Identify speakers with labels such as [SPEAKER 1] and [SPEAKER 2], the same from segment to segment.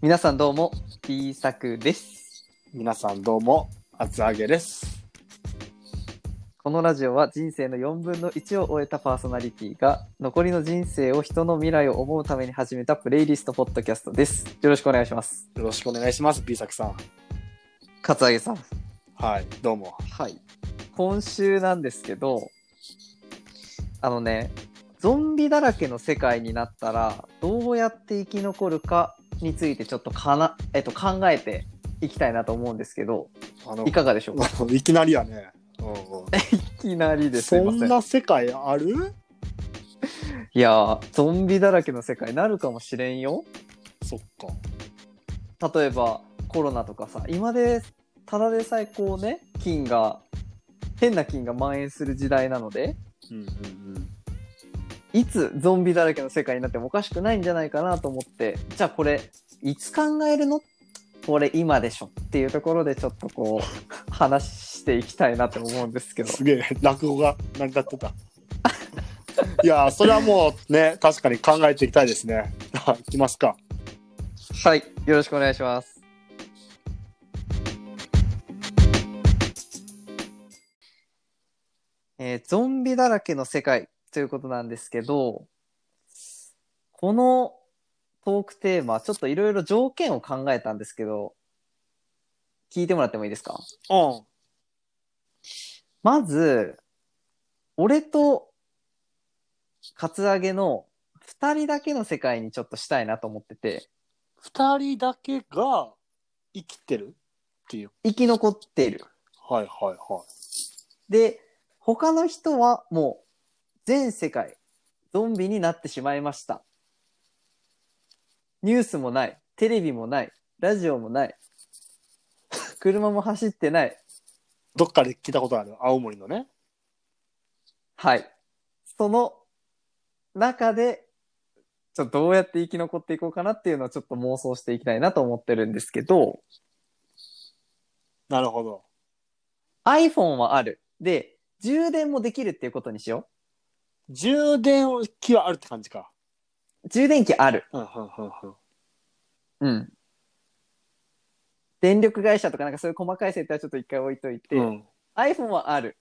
[SPEAKER 1] 皆さんどうも、P 作です。
[SPEAKER 2] 皆さんどうも、厚揚げです。
[SPEAKER 1] このラジオは人生の4分の1を終えたパーソナリティが、残りの人生を人の未来を思うために始めたプレイリストポッドキャストです。よろしくお願いします。
[SPEAKER 2] よろしくお願いします、P 作さん。
[SPEAKER 1] 勝揚さん。
[SPEAKER 2] はい、どうも。
[SPEAKER 1] はい。今週なんですけど、あのね、ゾンビだらけの世界になったら、どうやって生き残るかについてちょっとかな、えっと、考えていきたいなと思うんですけど、
[SPEAKER 2] あの
[SPEAKER 1] い、かがでしょうか
[SPEAKER 2] いきなりやね。うんうん
[SPEAKER 1] いきなりですい
[SPEAKER 2] そ
[SPEAKER 1] ませ
[SPEAKER 2] ん
[SPEAKER 1] ん
[SPEAKER 2] な世界ある
[SPEAKER 1] いやーゾンビだらけの世界になるかもしれんよ
[SPEAKER 2] そっか。
[SPEAKER 1] 例えばコロナとかさ今でただでさえこうね菌が変な菌が蔓延する時代なので
[SPEAKER 2] うんうん
[SPEAKER 1] いつゾンビだらけの世界になってもおかしくないんじゃないかなと思ってじゃあこれいつ考えるのこれ今でしょっていうところでちょっとこう話していきたいなと思うんですけ
[SPEAKER 2] うん。
[SPEAKER 1] ど
[SPEAKER 2] すげえ、落語が成り立ってた。 いや、それはもうね、確かに考えていきたいですね。はい、いきますか。
[SPEAKER 1] はいよろしくお願いしますえーゾンビだらけの世界ということなんですけどこのトークテーマちょっといろいろ条件を考えたんですけど聞いてもらってもいいですか
[SPEAKER 2] うん。
[SPEAKER 1] まず俺とカツアゲの2人だけの世界にちょっとしたいなと思ってて
[SPEAKER 2] 二人だけが生きてるっていう。
[SPEAKER 1] 生き残っている
[SPEAKER 2] はいはいは
[SPEAKER 1] で、他の人はもう全世界ゾンビになってしまいました。ニュースもない、テレビもない、ラジオもない、 車も走ってない。
[SPEAKER 2] い。どっかで聞いたことある、青森のね。
[SPEAKER 1] はい。その中で、ちょっとどうやって生き残っていこうかなっていうのをちょっと妄想していきたいなと思ってるんですけど、
[SPEAKER 2] なるほど。
[SPEAKER 1] iPhone はある。で、充電もできるっていうことにしよ
[SPEAKER 2] 充電器はあるって感じか。
[SPEAKER 1] う。充電器ある。
[SPEAKER 2] うんうんうんうん。
[SPEAKER 1] うん。電力会社とかなんかそういう細かい設定はちょっと一回置いといて、
[SPEAKER 2] うん。
[SPEAKER 1] iPhone はある。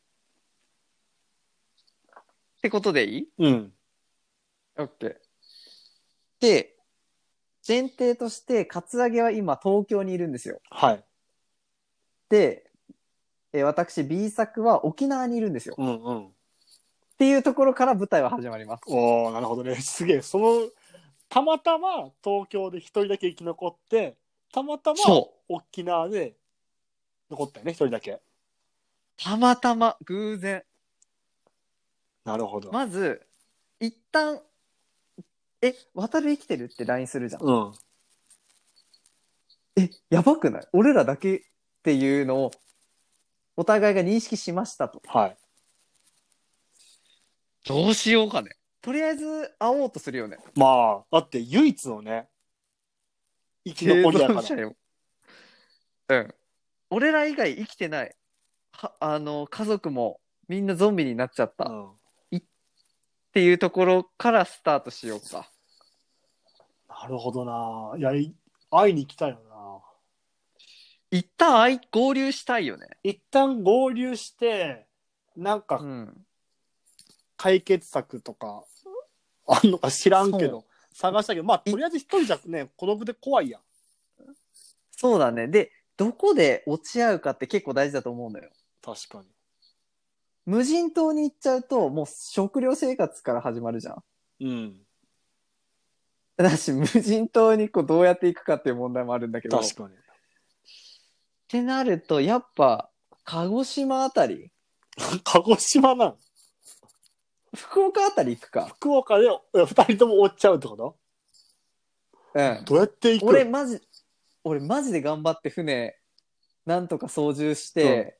[SPEAKER 1] ってことでいい
[SPEAKER 2] うん。
[SPEAKER 1] ?OK。で、前提として、カツアゲは今東京にいるんですよ。
[SPEAKER 2] はい。
[SPEAKER 1] で、えー私 B 作は沖縄にいるんですよ。っ
[SPEAKER 2] うんうん。
[SPEAKER 1] ていうところから舞台は始まります。
[SPEAKER 2] おおなるほどね。 すげえ。その、たまたま東京で一人だけ生き残って、たまたま
[SPEAKER 1] そう。
[SPEAKER 2] 沖縄で残ったよね、一人だけ。
[SPEAKER 1] たまたま、偶然。
[SPEAKER 2] なるほど。
[SPEAKER 1] まず、一旦、え、渡る生きてるって LINE するじゃん。
[SPEAKER 2] うん。
[SPEAKER 1] え、やばくない俺らだけっていうのを、お互いが認識しましたと。
[SPEAKER 2] はい。
[SPEAKER 1] どうしようかね。とりあえず会おうとするよね。
[SPEAKER 2] まあ、だって唯一のね、生き残りだから。
[SPEAKER 1] よ。うん。俺ら以外生きてない。は、あの、家族もみんなゾンビになっちゃった
[SPEAKER 2] う
[SPEAKER 1] っ
[SPEAKER 2] ん。
[SPEAKER 1] ていうところからスタートしようか。
[SPEAKER 2] なるほどな。いや、い会いに行きたいよな。
[SPEAKER 1] 一旦あい合流したいよね。
[SPEAKER 2] 一旦合流して、なんか
[SPEAKER 1] うん。
[SPEAKER 2] 解決策とかあんのか知らんけ
[SPEAKER 1] そ
[SPEAKER 2] ど探したけどまあとりあえず一人じゃね孤独で怖いやん
[SPEAKER 1] そうだね。で、どこで落ち合うかって結構大事だと思うのよ。
[SPEAKER 2] 確かに
[SPEAKER 1] 無人島に行っちゃうと、もう食料生活から始まるじゃん。
[SPEAKER 2] うん
[SPEAKER 1] だし、無人島にこうどうやって行くかっていう問題もあるんだけど。っ
[SPEAKER 2] 確かに
[SPEAKER 1] てなると、やっぱ、鹿児島あたり
[SPEAKER 2] 鹿児島なん
[SPEAKER 1] 福岡あたり行くか。
[SPEAKER 2] 福岡でいや二人とも追っちゃうってこと
[SPEAKER 1] うん。
[SPEAKER 2] どうやって行く
[SPEAKER 1] 俺、マジ、俺、マジで頑張って船、なんとか操縦して、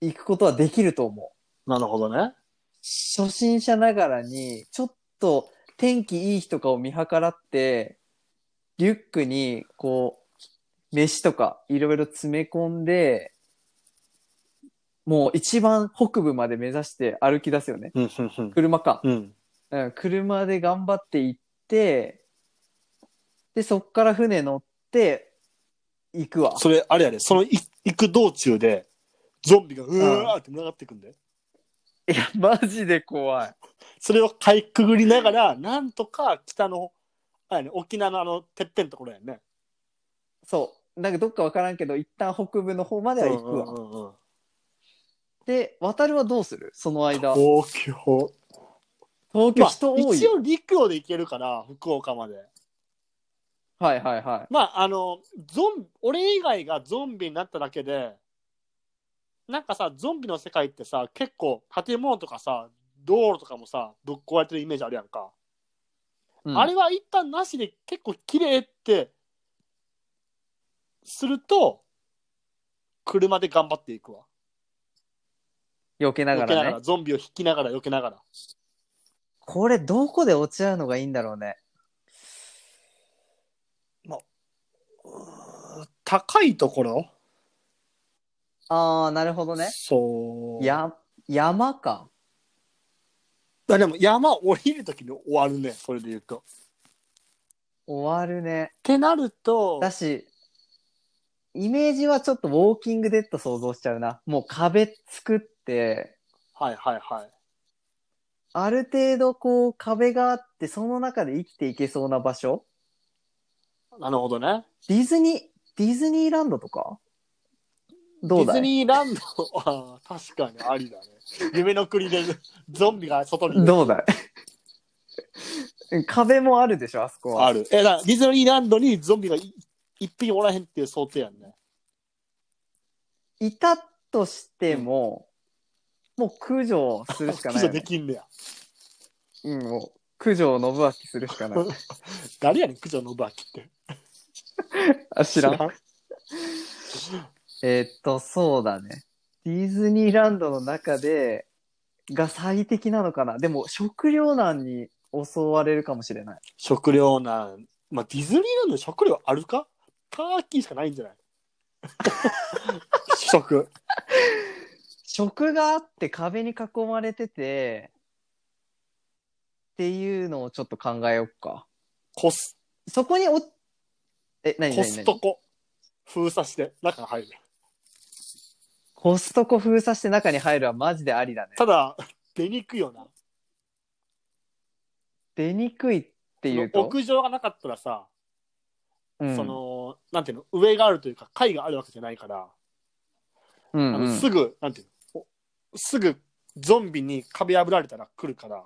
[SPEAKER 1] 行くことはできると思う。
[SPEAKER 2] なるほどね
[SPEAKER 1] 初心者ながらに、ちょっと天気いい日とかを見計らって、リュックに、こう、飯とかいろいろ詰め込んで、もう一番北部まで目指して歩き出すよね。
[SPEAKER 2] うんうんうん
[SPEAKER 1] 車か。
[SPEAKER 2] うん
[SPEAKER 1] うん、車で頑張って行って、で、そっから船乗って、行くわ。
[SPEAKER 2] それ、あれやで、そのい行く道中で、ゾンビがうわーって群がっていくんで、
[SPEAKER 1] いや、 マジで怖い。
[SPEAKER 2] それをかいくぐりながら、なんとか北の、あれやね、沖縄のあの、てっぺんのところやね。
[SPEAKER 1] そう。なんかどっかわからんけど、一旦北部の方までは行くわ。
[SPEAKER 2] うんうんうんうん
[SPEAKER 1] で、渡るはどうするその間。
[SPEAKER 2] 東京。
[SPEAKER 1] 東京
[SPEAKER 2] まあ
[SPEAKER 1] 人多い
[SPEAKER 2] 一
[SPEAKER 1] よ。
[SPEAKER 2] 応陸路で行けるから、福岡まで。
[SPEAKER 1] はいはいはい。
[SPEAKER 2] まあ、あの、ゾン、俺以外がゾンビになっただけで、なんかさ、ゾンビの世界ってさ、結構建物とかさ、道路とかもさ、ぶっ壊れてるイメージあるやんか。
[SPEAKER 1] うん
[SPEAKER 2] あれは一旦なしで結構綺麗って、すると、車で頑張っていくわ。
[SPEAKER 1] 避けな
[SPEAKER 2] 避
[SPEAKER 1] が
[SPEAKER 2] けなが
[SPEAKER 1] らね
[SPEAKER 2] ら、。ゾンビを引きながら避けながら。
[SPEAKER 1] これ、どこで落ち合うのがいいんだろうね。
[SPEAKER 2] 高いところ
[SPEAKER 1] あー、なるほどね。
[SPEAKER 2] そう。
[SPEAKER 1] や、山か。
[SPEAKER 2] あでも山降りるときに終わるね、それで言うと。っ
[SPEAKER 1] 終わるね。
[SPEAKER 2] てなると、
[SPEAKER 1] だし、イメージはちょっとウォーキングデッド想像しちゃうな。もう壁作って、
[SPEAKER 2] はいはいはい。
[SPEAKER 1] ある程度こう壁があって、その中で生きていけそうな場所
[SPEAKER 2] なるほどね。
[SPEAKER 1] ディズニー、ディズニーランドとかどうだ
[SPEAKER 2] ディズ
[SPEAKER 1] い
[SPEAKER 2] ニーランド、あー確かにあ りだね。夢の国でゾンビが外に
[SPEAKER 1] どうだい 壁もあるでしょ、あそこは。
[SPEAKER 2] ある。え、だからディズニーランドにゾンビがい一匹おらへんっていう想定やんね。
[SPEAKER 1] いたとしても、もう駆除するしかないよ
[SPEAKER 2] 駆除で
[SPEAKER 1] ね。
[SPEAKER 2] きんねや。
[SPEAKER 1] うん、もう駆除信明するしかない。
[SPEAKER 2] 誰やねん、駆除のバキって。
[SPEAKER 1] あ、知らん。えーっと、そうだね。ディズニーランドの中で、が最適なのかな。でも、食糧難に襲われるかもしれない。
[SPEAKER 2] 食料なん、まあ、ディズニーランド食料あるかターキーしかないんじゃ ない食。
[SPEAKER 1] 食があって壁に囲まれてて、っていうのをちょっと考えようか。
[SPEAKER 2] コス
[SPEAKER 1] そこにお、え、なに
[SPEAKER 2] コ
[SPEAKER 1] なにな
[SPEAKER 2] ス
[SPEAKER 1] に
[SPEAKER 2] トコ封鎖して中に入る
[SPEAKER 1] コストコ封鎖して中に入るはマジでありだね。
[SPEAKER 2] ただ出にくいよな
[SPEAKER 1] 出にくいっていうと、
[SPEAKER 2] 屋上がなかったらさ、
[SPEAKER 1] うん
[SPEAKER 2] そ、のなんていうの上があるというか階があるわけじゃないから、
[SPEAKER 1] うん
[SPEAKER 2] あ
[SPEAKER 1] う
[SPEAKER 2] の
[SPEAKER 1] ん
[SPEAKER 2] すぐなんていうのおすぐゾンビに壁破られたら来るから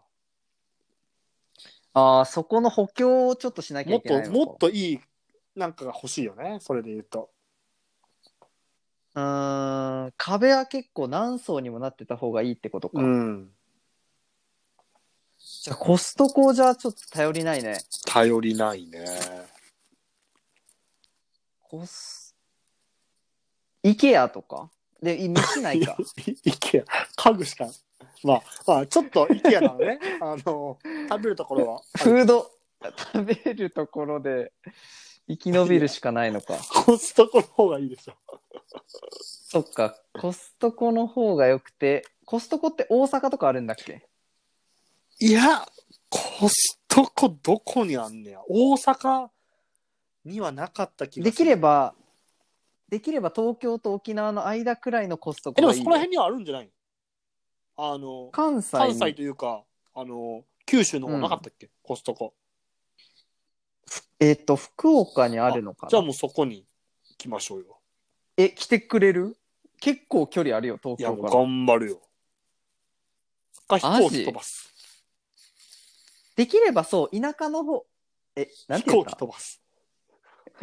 [SPEAKER 1] ああ、そこの補強をちょっとしなきゃ
[SPEAKER 2] もっ
[SPEAKER 1] いけない
[SPEAKER 2] と
[SPEAKER 1] のか。
[SPEAKER 2] もっといいなんかが欲しいよねそれで言うと
[SPEAKER 1] うーん、壁は結構何層にもなってた方がいいってことか。
[SPEAKER 2] ん
[SPEAKER 1] じゃあコストコじゃちょっと頼りないね。
[SPEAKER 2] 頼りないね
[SPEAKER 1] コス、イケアとかで、い飯ない か。
[SPEAKER 2] IKEA 家具しかまあまあちょっと IKEA なの ねあの食べるところはある
[SPEAKER 1] フード、食べるところで生き延びるしかないのか。
[SPEAKER 2] コストコの方がいいでしょ
[SPEAKER 1] そっか、コストコの方が良くて、コストコって大阪とかあるんだっけ
[SPEAKER 2] いや、コストコどこにあんねや。大阪にはなかった気が
[SPEAKER 1] できれ。ば、できれば東京と沖縄の間くらいのコストコ
[SPEAKER 2] え、でも
[SPEAKER 1] がいい
[SPEAKER 2] そ
[SPEAKER 1] よ。
[SPEAKER 2] こら辺にはあるんじゃないあの、
[SPEAKER 1] 関西
[SPEAKER 2] 関
[SPEAKER 1] に
[SPEAKER 2] 西というか、あの、九州の方なかったっけ、コストコ。
[SPEAKER 1] えっ、と、福岡にあるのか
[SPEAKER 2] じゃあ
[SPEAKER 1] な
[SPEAKER 2] もうそこに行きましょうよ。
[SPEAKER 1] え、来てくれる結構距離あるよ、東
[SPEAKER 2] いや、
[SPEAKER 1] 京
[SPEAKER 2] もう
[SPEAKER 1] から。
[SPEAKER 2] 頑張るよ。か飛行機飛ばす。
[SPEAKER 1] できればそう、田舎の方、え、なん
[SPEAKER 2] 飛
[SPEAKER 1] て言っ
[SPEAKER 2] 行機
[SPEAKER 1] た
[SPEAKER 2] 飛ばす。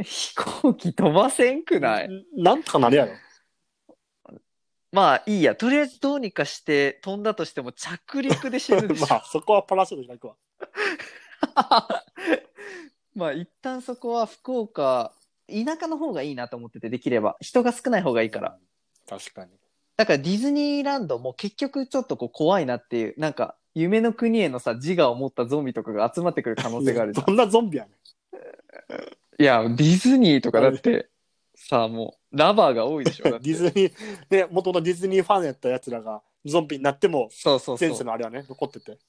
[SPEAKER 1] 飛行機飛ばせんくない、
[SPEAKER 2] んなんとかなるや ろ。
[SPEAKER 1] まあいいや、とりあえずどうにかして飛んだとしても着陸で死ぬでしょ。
[SPEAKER 2] まあ、そこはパラシュート開くわ。
[SPEAKER 1] まあ一旦そこは福岡、田舎の方がいいなと思ってて、できれば。人が少ない方がいいから。
[SPEAKER 2] 確かに。
[SPEAKER 1] だからディズニーランドも結局ちょっとこう怖いなっていう、なんか夢の国へのさ、自我を持ったゾンビとかが集まってくる可能性があるじゃん。
[SPEAKER 2] どんなゾンビやねん。
[SPEAKER 1] いや、ディズニーとかだって、さあもう、ラバーが多いでしょ。だって
[SPEAKER 2] ディズニー、ね、もともとディズニーファンやったやつらがゾンビになっても、
[SPEAKER 1] そうそうそう
[SPEAKER 2] 前世。のあれはね、残ってて。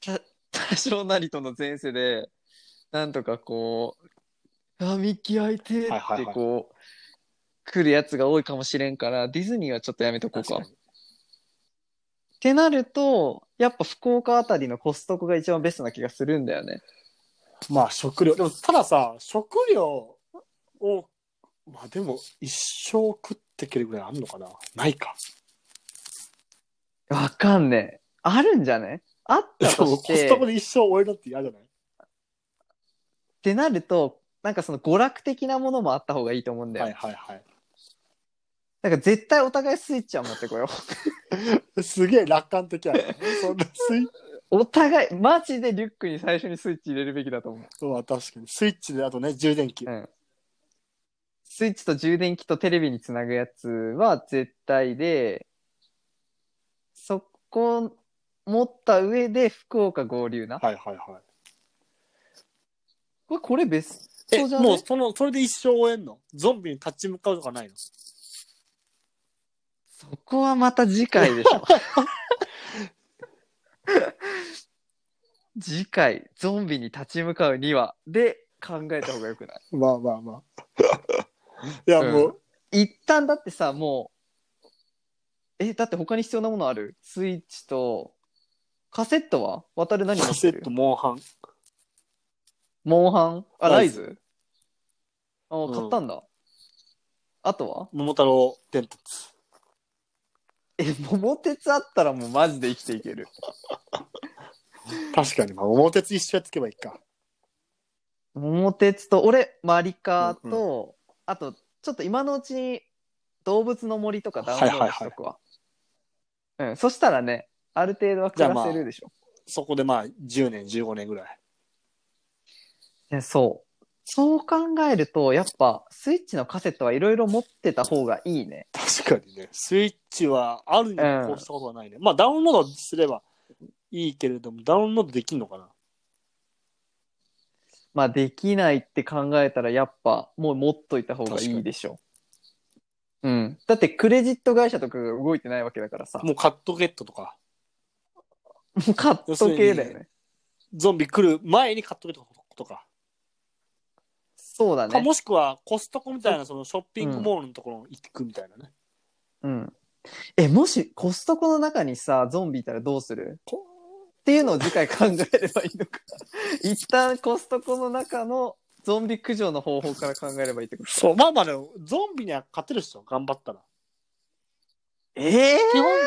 [SPEAKER 1] た多少なりとの前世で、なんとかこう、あ、ミッキー開いて
[SPEAKER 2] はいは
[SPEAKER 1] っ
[SPEAKER 2] い
[SPEAKER 1] て
[SPEAKER 2] はい
[SPEAKER 1] こう、来るやつが多いかもしれんから、ディズニーはちょっとやめとこうか。
[SPEAKER 2] 確か
[SPEAKER 1] っ
[SPEAKER 2] に
[SPEAKER 1] てなると、やっぱ福岡あたりのコストコが一番ベストな気がするんだよね。
[SPEAKER 2] まあ食料でもたださ食料をまあでも一生食っていけるぐらいあんのかなないか
[SPEAKER 1] わかんねえ。あるんじゃねあっ
[SPEAKER 2] で
[SPEAKER 1] たと
[SPEAKER 2] も
[SPEAKER 1] し
[SPEAKER 2] コス
[SPEAKER 1] て、
[SPEAKER 2] トコ
[SPEAKER 1] っ
[SPEAKER 2] で一生終えるって嫌じゃない
[SPEAKER 1] てなると、なんかその娯楽的なものもあった方がいいと思うんだよ。
[SPEAKER 2] はいはいはい
[SPEAKER 1] なんか絶対お互いスイッチは持ってこよ
[SPEAKER 2] すげえ楽観的や ねそんなスイッ
[SPEAKER 1] う。お互い、マジでリュックに最初にスイッチ入れるべきだと思う。
[SPEAKER 2] チは確かにスイッチであとね充電器、
[SPEAKER 1] うん。スイッチと充電器とテレビにつなぐやつは絶対で、そこ持った上で福岡合流な。
[SPEAKER 2] はいはいはい
[SPEAKER 1] これこれベス
[SPEAKER 2] え
[SPEAKER 1] トじゃね
[SPEAKER 2] もうそのそれで一生終えんのゾンビに立ち向かうとかないの
[SPEAKER 1] そこはまた次回で しょ。次回、ゾンビに立ち向かうには、で考えた方がよくない
[SPEAKER 2] まあまあまあ いやもう、
[SPEAKER 1] 一旦だってさもうえだって他に必要なものあるスイッチとカセットは渡る何持
[SPEAKER 2] カ
[SPEAKER 1] っ
[SPEAKER 2] セ
[SPEAKER 1] てる
[SPEAKER 2] ットモンハン
[SPEAKER 1] モンハンあ
[SPEAKER 2] ラ
[SPEAKER 1] ラ
[SPEAKER 2] イ
[SPEAKER 1] イ
[SPEAKER 2] ズ
[SPEAKER 1] ズあ、買ったんだあとは
[SPEAKER 2] 桃太郎電鉄
[SPEAKER 1] え桃鉄あったらもうマジで生きていける
[SPEAKER 2] 確かにまあ桃鉄一緒やっつけばいいか
[SPEAKER 1] 桃鉄と俺マリカーと、あとちょっと今のうちに動物の森とかダウンロードしとくわ、うんそしたらねある程度は暮らせるでしょ
[SPEAKER 2] そこでまあ10年15年ぐらい
[SPEAKER 1] ね、そう。そう考えると、やっぱ、スイッチのカセットはいろいろ持ってた方がいいね。
[SPEAKER 2] 確かにねスイッチはあるに
[SPEAKER 1] うん
[SPEAKER 2] こうしたことはないね、まあダウンロードすればいいけれどもダウンロードできんのかな
[SPEAKER 1] まあ、できないって考えたら、やっぱ、もう持っといた方がいいでしょ。うん。だって、クレジット会社とかが動いてないわけだからさ。 も
[SPEAKER 2] もうカットゲットとか
[SPEAKER 1] う、カット系だよね。
[SPEAKER 2] ゾンビ来る前にカットゲットとか
[SPEAKER 1] そうだ
[SPEAKER 2] か
[SPEAKER 1] ね。
[SPEAKER 2] もしくはコストコみたいなそのショッピングモールのところに行くみたいなね、
[SPEAKER 1] うん。え、もし、コストコの中にさ、ゾンビいたらどうするっていうのを次回考えればいいのか。 一旦、コストコの中のゾンビ駆除の方法から考えればいいってこと
[SPEAKER 2] そうまあまあでもゾンビには勝てるっしょ頑張ったら
[SPEAKER 1] ええ
[SPEAKER 2] 基本
[SPEAKER 1] ー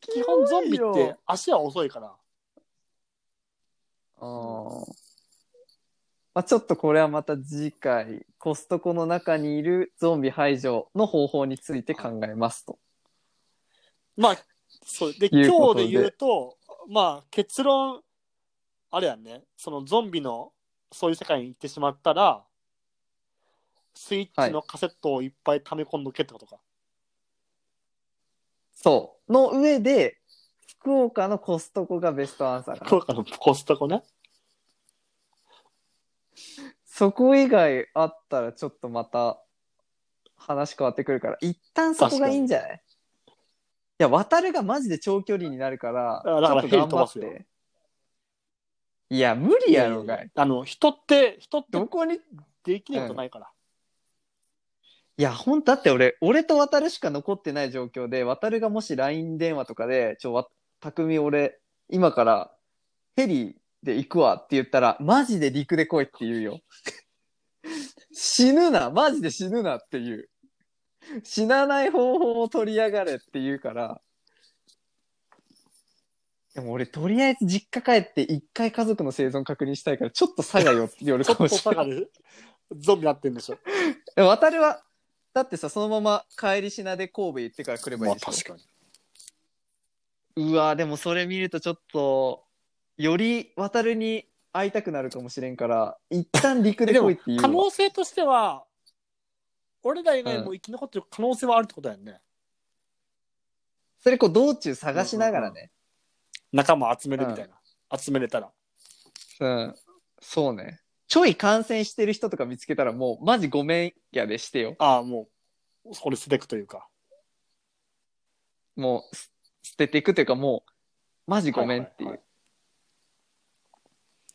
[SPEAKER 2] 基本ゾンビっ
[SPEAKER 1] 怖い
[SPEAKER 2] て
[SPEAKER 1] よ
[SPEAKER 2] 足は遅いから
[SPEAKER 1] あーまあ、ちょっとこれはまた次回、コストコの中にいるゾンビ排除の方法について考えますと。
[SPEAKER 2] まあ、そう。で、
[SPEAKER 1] いう
[SPEAKER 2] 今
[SPEAKER 1] こと
[SPEAKER 2] 日で
[SPEAKER 1] で
[SPEAKER 2] 言うと、まあ、結論、あれやんね、そのゾンビの、そういう世界に行ってしまったら、スイッチのカセットをいっぱい溜め込んどけってことか。
[SPEAKER 1] そう。の上で、福岡のコストコがベストアンサーか
[SPEAKER 2] 福
[SPEAKER 1] な。
[SPEAKER 2] 岡のコストコね。
[SPEAKER 1] そこ以外あったらちょっとまた話変わってくるから、一旦そこがいいんじゃないいや、渡るがマジで長距離になるから、
[SPEAKER 2] あだから
[SPEAKER 1] ちょっと頑張っ
[SPEAKER 2] ヘリ飛ばす
[SPEAKER 1] て。いや、無理やろがい。
[SPEAKER 2] あの、人って、人って
[SPEAKER 1] どこに
[SPEAKER 2] できないことないから。
[SPEAKER 1] いや、ほんと、だって俺、俺と渡るしか残ってない状況で、渡るがもし LINE 電話とかで、ちょ、わ、匠俺、今からヘリで行くわって言ったら、マジで陸で来いって言うよ。死ぬな、マジで死ぬなっていう。死なない方法を取りやがれって言うから。でも俺、とりあえず実家帰って一回家族の生存確認したいから、ちょっと差がよ、よる
[SPEAKER 2] ち
[SPEAKER 1] か
[SPEAKER 2] ょっと
[SPEAKER 1] もしれ
[SPEAKER 2] 下
[SPEAKER 1] ない
[SPEAKER 2] が。 るゾンビなってんでしょ。
[SPEAKER 1] でも渡るは、だってさ、そのまま帰り品で神戸行ってから来ればいいでしょ。
[SPEAKER 2] かに。
[SPEAKER 1] うわでもそれ見るとちょっと、より渡るに会いたくなるかもしれんから、一旦陸で
[SPEAKER 2] で
[SPEAKER 1] 来
[SPEAKER 2] も
[SPEAKER 1] いってい、うわ。
[SPEAKER 2] 可能性としては、俺ら以外
[SPEAKER 1] うん
[SPEAKER 2] も生き残ってる可能性はあるってことやんね。
[SPEAKER 1] それこう道中探しながらね。
[SPEAKER 2] 仲間集めるみたいな。集めれたら。
[SPEAKER 1] うん。そうね。ちょい感染してる人とか見つけたらもう、マジごめんやでしてよ。
[SPEAKER 2] ああ、もう、そこで捨ててくというか。
[SPEAKER 1] もう、す捨てていくというかもう、マジごめんっていう。
[SPEAKER 2] はは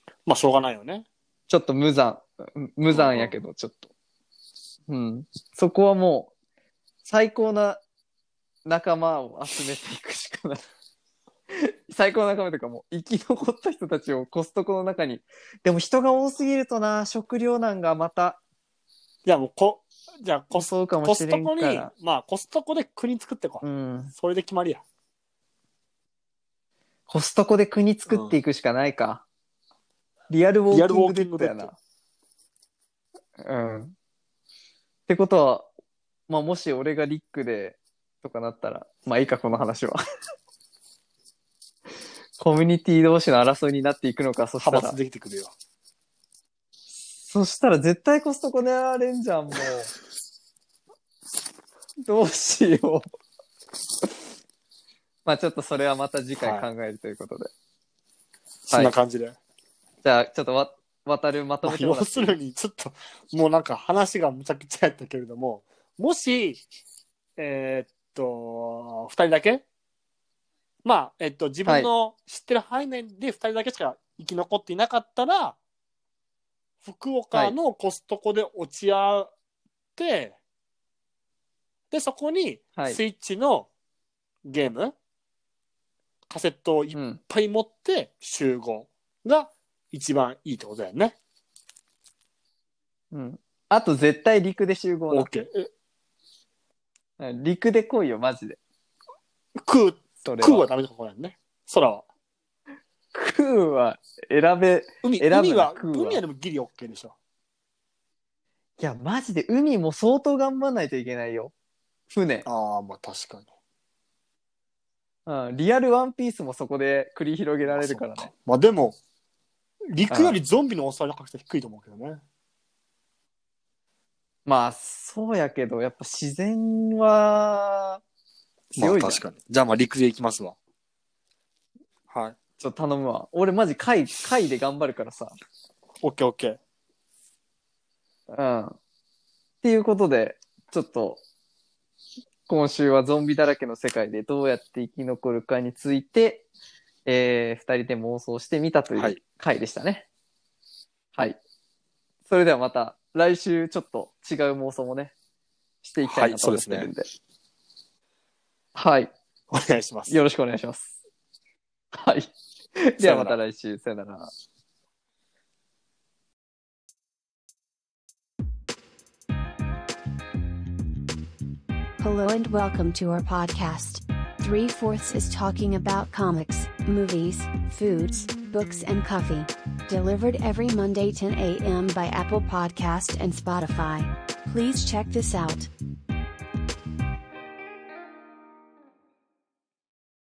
[SPEAKER 2] はまあ、しょうがないよね。
[SPEAKER 1] ちょっと無残、うん無残やけど、ちょっと。うん。そこはもう、最高な仲間を集めていくしかない。 最高の仲間というかもう生き残った人たちをコストコの中に。でも人が多すぎるとな、食糧難がまた
[SPEAKER 2] いやもうこ、じゃあコス
[SPEAKER 1] 襲うかも
[SPEAKER 2] コ
[SPEAKER 1] し
[SPEAKER 2] ス
[SPEAKER 1] れ
[SPEAKER 2] ト
[SPEAKER 1] ん
[SPEAKER 2] コに
[SPEAKER 1] か、ら。
[SPEAKER 2] まあコストコで国作ってこう。
[SPEAKER 1] うん。
[SPEAKER 2] それで決まりや。
[SPEAKER 1] コストコで国作っていくしかないか。リアルウォーキングデッドや
[SPEAKER 2] リアルウォーキングデッ
[SPEAKER 1] な。うん。ってことは、まあ、もし俺がリックで、とかなったら、まあいいか、この話は。 コミュニティ同士の争いになっていくのか、そした
[SPEAKER 2] 派
[SPEAKER 1] ら
[SPEAKER 2] 閥。できてくるよ。
[SPEAKER 1] そしたら絶対コストコ狙われんじゃん、もう。 どうしよう。 まあちょっとそれはまた次回考えるということで。
[SPEAKER 2] そんな感じで。
[SPEAKER 1] じゃあ、ちょっとわ、渡るまと
[SPEAKER 2] まあ
[SPEAKER 1] めても
[SPEAKER 2] 要
[SPEAKER 1] らって
[SPEAKER 2] するに、ちょっと、もうなんか話がむちゃくちゃやったけれども、もし、えーっと、2人だけまあ、えっと、自分の知ってる範囲内で2人だけしか生き残っていなかったら、福岡のコストコで落ち合って、で、そこに
[SPEAKER 1] はい
[SPEAKER 2] スイッチのゲーム、カセットをいっ
[SPEAKER 1] うん。
[SPEAKER 2] ぱい持って集合が一番いいってことだよね。
[SPEAKER 1] うん。あと絶対陸で集合
[SPEAKER 2] オ
[SPEAKER 1] な
[SPEAKER 2] ッ。ケー。え
[SPEAKER 1] うん陸で来いよ、マジで。
[SPEAKER 2] 空、
[SPEAKER 1] それ
[SPEAKER 2] 空は
[SPEAKER 1] は。
[SPEAKER 2] ダメとかこれね。空は。
[SPEAKER 1] 空は選べ。
[SPEAKER 2] 海、
[SPEAKER 1] 選ぶな
[SPEAKER 2] 海は、
[SPEAKER 1] 空は
[SPEAKER 2] 海はでもギリオッケーでしょ。
[SPEAKER 1] いや、マジで海も相当頑張らないといけないよ。船。
[SPEAKER 2] ああ、まあ確かに。
[SPEAKER 1] うん。リアルワンピースもそこで繰り広げられるから
[SPEAKER 2] そっ
[SPEAKER 1] ね。
[SPEAKER 2] まあでも、陸よりゾンビの恐れの確率は低いと思うけどね。
[SPEAKER 1] まあ、そうやけど、やっぱ自然は、強いじゃん。
[SPEAKER 2] かに。じゃあまあ陸で行きますわ。はい。
[SPEAKER 1] ちょっと頼むわ。俺マジ海、海で頑張るからさ。
[SPEAKER 2] オッケーオッケー。
[SPEAKER 1] うん。っていうことで、ちょっと、今週はゾンビだらけの世界でどうやって生き残るかについて、えー、二人で妄想してみたとい
[SPEAKER 2] は
[SPEAKER 1] う
[SPEAKER 2] い
[SPEAKER 1] 回でしたね。はい。それではまた、来週ちょっと違う妄想もね、していきたいなと思ってるんで。はい。
[SPEAKER 2] お願いします。
[SPEAKER 1] よろしくお願いします。はい。ではまた来週、さよなら。
[SPEAKER 3] Hello and welcome to our podcast. Three Fourths is talking about comics, movies, foods, books, and coffee. Delivered every Monday 10 a.m. by Apple Podcast and Spotify. Please check this out.